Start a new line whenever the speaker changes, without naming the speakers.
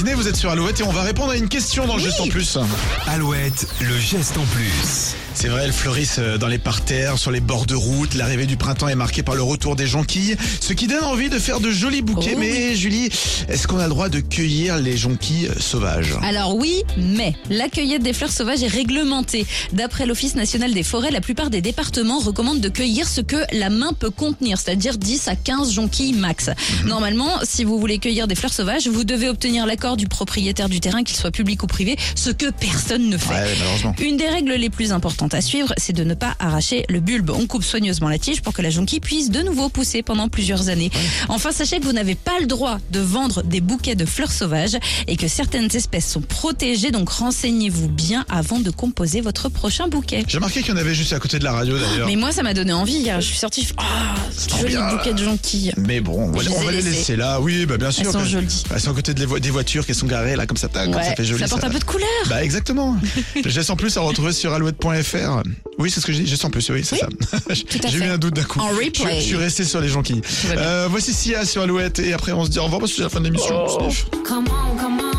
matinée, vous êtes sur Alouette et on va répondre à une question dans le geste en plus.
Alouette, le geste en plus.
C'est vrai, elles fleurissent euh, dans les parterres, sur les bords de route. L'arrivée du printemps est marquée par le retour des jonquilles, ce qui donne envie de faire de jolis bouquets.
Oh
mais Julie, est-ce qu'on a le droit de cueillir les jonquilles euh, sauvages
Alors oui, mais la cueillette des fleurs sauvages est réglementée. D'après l'Office national des forêts, la plupart des départements recommandent de cueillir ce que la main peut contenir, c'est-à-dire 10 à 15 jonquilles max. Normalement, si vous voulez cueillir des fleurs sauvages, vous devez obtenir l'accord du propriétaire du terrain, qu'il soit public ou privé, ce que personne ne fait.
Ouais, malheureusement.
Une des règles les plus importantes à suivre, c'est de ne pas arracher le bulbe. On coupe soigneusement la tige pour que la jonquille puisse de nouveau pousser pendant plusieurs années. Enfin, sachez que vous n'avez pas le droit de vendre des bouquets de fleurs sauvages et que certaines espèces sont protégées, donc renseignez-vous bien avant de composer votre prochain bouquet.
J'ai remarqué qu'il y en avait juste à côté de la radio d'ailleurs.
Mais moi, ça m'a donné envie hier. Je suis sortie, je fais, ah,
euh, trop
joli
bien.
bouquet de jonquilles.
Mais bon, on va,
Je
on
les ai
va les
laissées.
laisser là. Oui, bah bien sûr.
sont
que-
jolies.
Elles sont à côté de les vo- des voitures qui sont garées là, comme ça, tac, comme
Ouais,
ça fait joli.
ça porte
ça.
un peu de couleur.
Bah exactement. Le geste en plus à retrouver sur alouette.fr. Oui, c'est ce que j'ai dit, geste en plus, oui, c'est ça.
à
j'ai eu
fait.
un doute d'un coup.
En
Je,
replay.
je suis resté sur les jonquilles.
va bien. Oh.
Euh, voici Sia sur Alouette et après on se dit au revoir parce que c'est la fin de l'émission. Sniff.
Come on, come on.